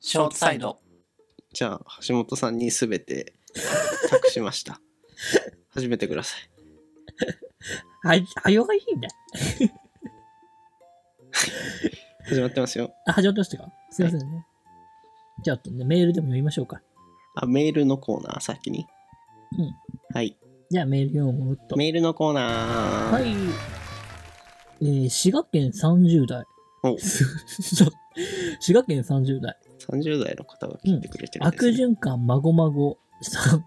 ショートサイド。じゃあ橋本さんに全て 託しました始めてくださいはい、はよがいいんだ。始まってますよあ、始まってましたかすいませんね。じゃあ、あとね、メールでも読みましょうか。あメールのコーナー先にうんはいじゃあ、メール読むと。メールのコーナーはい。えー、滋賀県30代。 お滋賀県30代。 30代の方が聞いてくれてるんです、悪ね循環まごまご さん。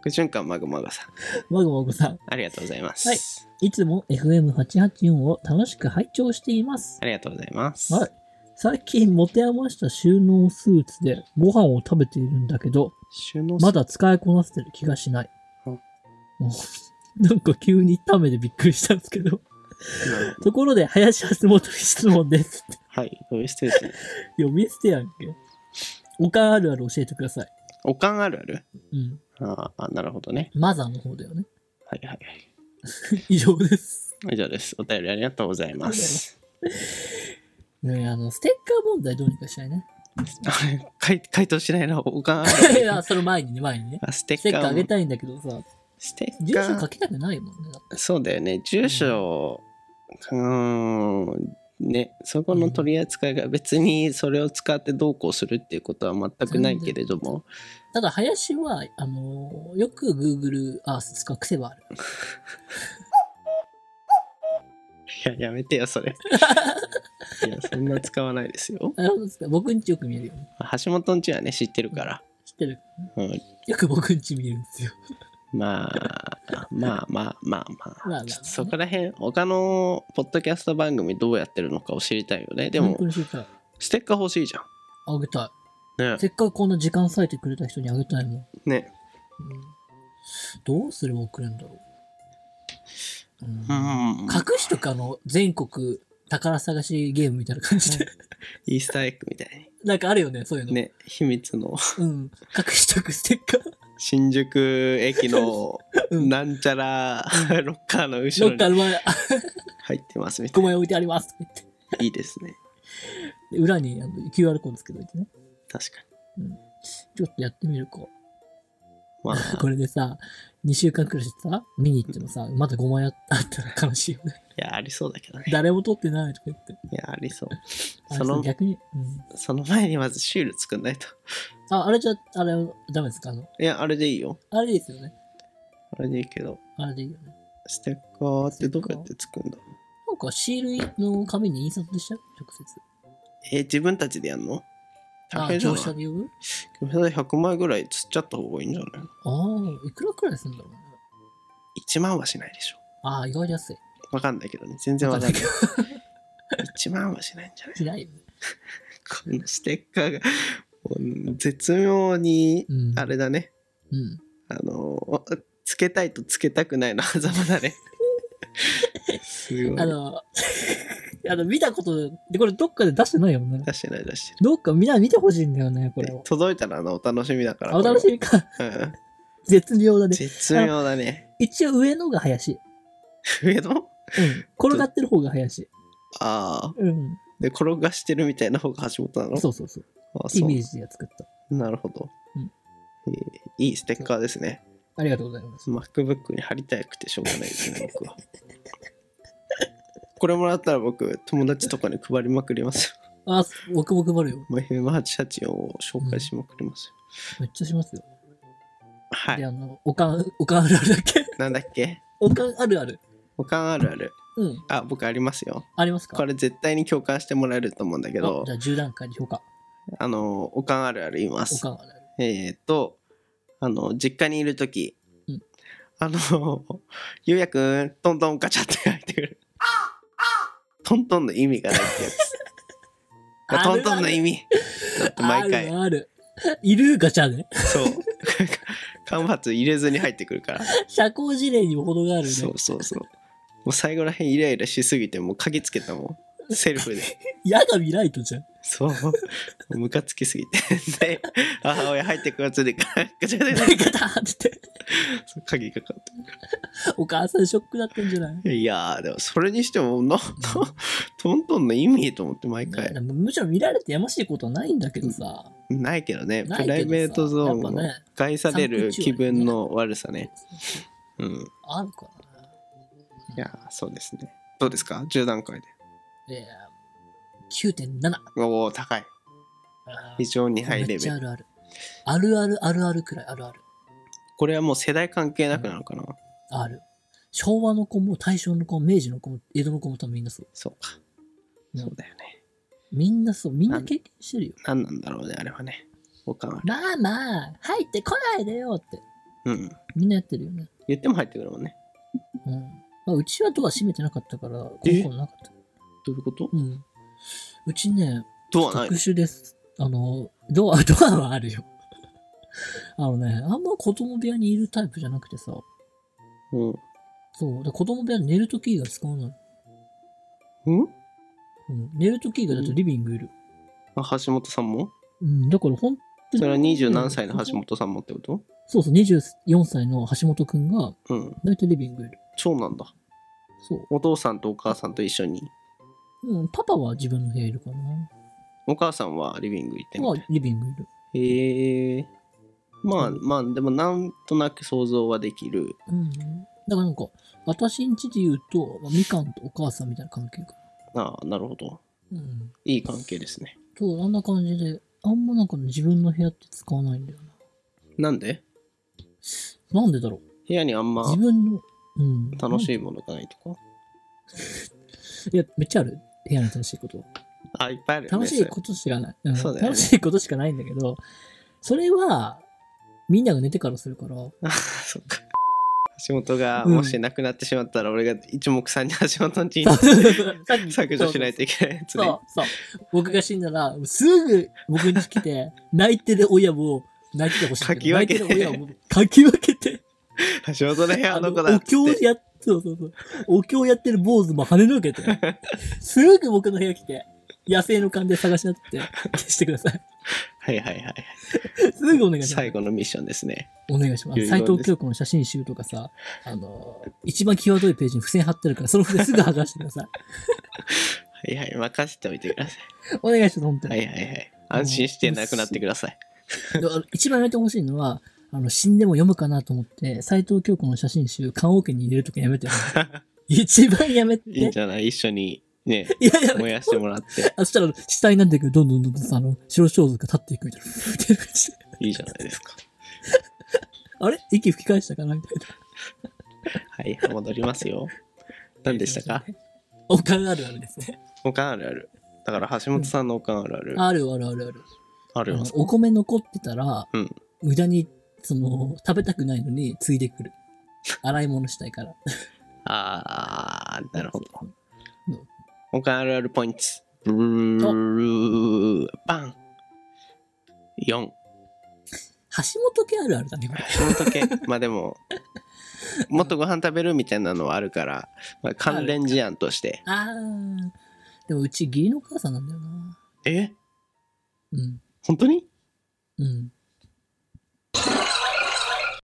悪循環まぐまぐさんまごまごさん。ありがとうございます、はいいつも FM884 を楽しく拝聴しています。ありがとうございます、はい。最近持て余した収納スーツでご飯を食べているんだけど、収納まだ使いこなせてる気がしない。うんもうなん か急にためでびっくりしたんですけど。 なるほどところで、林橋本質問です。 はいどういうステージ呼び捨てやんけ。おかんあるある教えてください。おかんあるあるうん。ああなるほどねマザーの方だよね。 はいはいはい以上です。以上ですお便りありがとうございますねえあの、ステッカー問題どうにかしたいね。 回回答しないなおかんあるあいる や、その前にね、前にね。あステステッッカカーーもあげたいんだけどさ、ステッ住カ所ー書きたくないもんね。だってそうだよね住所をうーんねそこの取り扱いが別にそれを使ってどうこうするっていうことは全くないけれどもただ、林は、あの、よく Google Earth 使う癖はある。いややめてよ それいやそんな使わないですよあそうですか僕んちよく見えるよね。橋本んちはね知ってるから、知ってるうん、よく僕んち見えるんですよ。まあまあまあまあままあまああちょっとそこら辺他のポッドキャスト番組どうやってるのかを知りたいよねで本も当に知りたい。ステッカー欲しいじゃあげたんい。せっかくこんな時間割いてくれた人にあげたいもん。うんねねどうすれば送れるんだろう。うんうん隠しとかの全国宝探しゲームみたいな感じで。イースターエッグみたい なんかあるよね、そういうの。にね秘密のうん。隠しとくステッカー。新宿駅のうんなんちゃらロッカーの後どろっかにの前、あ入ってますみた5い枚置いてありますって言って。ないいですねで裏にあの QR コードつけといてね。確かにちょっとやってみるか。まあこれでさ、2週間くらいしてさ、見に行ってもさ、まだ5枚あったら悲しいよね。いやありそうだけどね誰も撮ってないとか言って。いやありそうあその逆に、うんその前にまずシール作んないとあ、あれじゃ、あれ、ダメですかあの、いやあれでいいよあれですよね。あれでいいけどあれでいいよね。ステッカーってどうやって作るんだなんか、シールの紙に印刷でしたよ直接。えー自分たちでやんの大あ、変じゃ乗ない車で呼ぶ業者で100枚ぐらい釣っちゃった方がいいんじゃないのああ、いくらくらいするんだろうね。 1万はしないでしょああ、意外に安い。わかんないけどね全然わか んない1万はしないんじゃない嫌いよね。このステッカーがもう絶妙にうん。あれだね、うん。あのつけたいとつけたくないの狭間だねすごいあの、 あの、見たことで、これどっかで出してないよね。出してない出してどっかみんな見てほしいんだよね、これないを。届いたらあのお楽しみだからあ、お楽し みか。み、うん、絶妙だね。絶妙だね一応上のが林。うん。上の転がってる方が林。ああうん。で転がしてるみたいな方が橋本なのそうそうそう。あそイうメージで作った。なるほど、うんえーいいステッカーですねありがとうございます。 MacBook に貼りたくてしょうがないですね、僕は。これもらったら僕、友達とかに配りまくりますよ。あ、僕も配るよ。もう FM884 を紹介しまくりますよ。めっちゃしますよ。はで、い。あの、おかん、おかんあるあるだっけ なんだっけおかんあるある。おかんあるある。うん。あ、僕ありますよ。ありますかこれ絶対に共感してもらえると思うんだけあどじ、ゃあ10段階で評価。あの、おかんあるある言いまおす。かんあるある。えーっと、あの、実家にいるとき、うんあの、ゆうやくん、トントンガチャって入ってくる。トントンの意味がないってやつ。あるあトるントンの意味。だって毎回、あるある。いるガチャね。 そう。 間髪入れずに入ってくるから。社交辞令にも程があるね。そうそうそう。もう最後らへんイライラしすぎて、もう嗅ぎつけたもん。セルフで。矢神ライトじゃん。そう。ムカつきすぎて。で、母親入ってくやつで、ガチャガチャ誰かだって言って、そう鍵かかってお母さんショックだったんじゃないいやー、でもそれにしても、な、な、トントンの意味と思って毎ね回。でもむしろ見られてやましいことはないんだけどさ。ないけどね、ないけどさプライベートゾーンやっをぱね害される気分の悪さね。うん。あるからいやー、そうですね。どうですか ?10 段階で。な。で、9.7。おお高い。あー非常にハイめレっベちゃあル。るある。あるあるあるあるくらいあるある。これはもう世代関係なくなのかな、ある。昭和の子も大正の子も明治の子も江戸の子も多分みんなそう。そうか。うんそうだよね。みんなそう。みんな経験してるよ。何なんだろうね、あれはね。おかわり。まあまあ、入ってこないでよって。うん。みんなやってるよね。言っても入ってくるもんね。うん。まあ、うちはドア閉めてなかったから、高校なかった。どういうことうん。うちね、ドアない特の殊です。あの、ドア、ド アはあるよ。あのね、あんま子供部屋にいるタイプじゃなくてさ、そう。で子供部屋で寝るとき以外使わない。うん。んうん。寝るとき以外だとリビングいる。あ橋本さんもうん。だから本当に。それは27歳の橋本さんもってことそうそう、24歳の橋本くんが、うん。だいたいリビングいる。長男だ。そう。お父さんとお母さんと一緒に。うん、パパは自分の部屋いるかな。お母さんはリビング行ってまあみたい、リビングいる。へえ。まあまあ、でもなんとなく想像はできる。うん。だからなんか、私ん家で言うと、まあみかんとお母さんみたいな関係かああ、なるほど。な。うん。いい関係ですね。そう、あんな感じで、あんまなんかね自分の部屋って使わないんだよなんでな。なんでだろ部屋にあんう。ま自分の、うん。楽しい。いものがないとか。いや、めっちゃある。部屋の楽しいこと。あ、いっぱいあるよね。楽しいことしかない。うんそうだよね楽しいことしかないんだけど、それは、みんなが寝てからするから、それそっ か。橋本がもし亡くなってしまったら、俺が一目散に橋本の家に削除しないといけないやつそうね。そう。僕が死んだら、すぐ僕に来て、泣いてる親を、泣いててほしいんだけど。か泣き分けいててる親を、かき分けて。橋本の部屋の子だあのっおつって経やっ、そうそうそう。お経やってる坊主も跳ねのけて。すぐ僕の部屋来て、野生の勘で探しなって、消してください。はいはいはい。すぐお願いします最。後のミッションですね。お願いしま遺す。言斎藤です京子の写真集とかさ、あの、一番際どいページに付箋貼ってるから、その付箋すぐ剥がしてください。はいはい、任せておいてくださお願いします、本 当い。はに。いはいはい。安心してなくなってください。であの一番やめてほしいのは、あの、死んでも読むかなと思って、斎藤京子の写真集、棺桶に入れるときやめ てよ。一番やめて。いいんじゃない一緒にね、いやいや、燃やしてもら って。あそしたら、死体になっていくるどんどんどんどんさ、あの、白装束が立っていくみたいな。ふーってやる感じでいいじゃないですか。あれ息吹き返したかなみたいな。はい、戻りますよ。何でしたかおかんあるあるですね。おかんあるある。だから橋本さんのおかんあるある。あるあるあるある。あるあよの。お米残ってたら、うん無駄に、その、食べたくないのに、ついでくる。洗い物したいから。あー、なるほど。そうおかんあるあるポイント。ブルーバン !4。橋本家あるあるだね、これ。その時計まあで ももっとご飯食べるみたいなのはあるから、まあ、関連事案としてあー。でも、うち義理のお母さんなんだよな。えうん。本当にうん。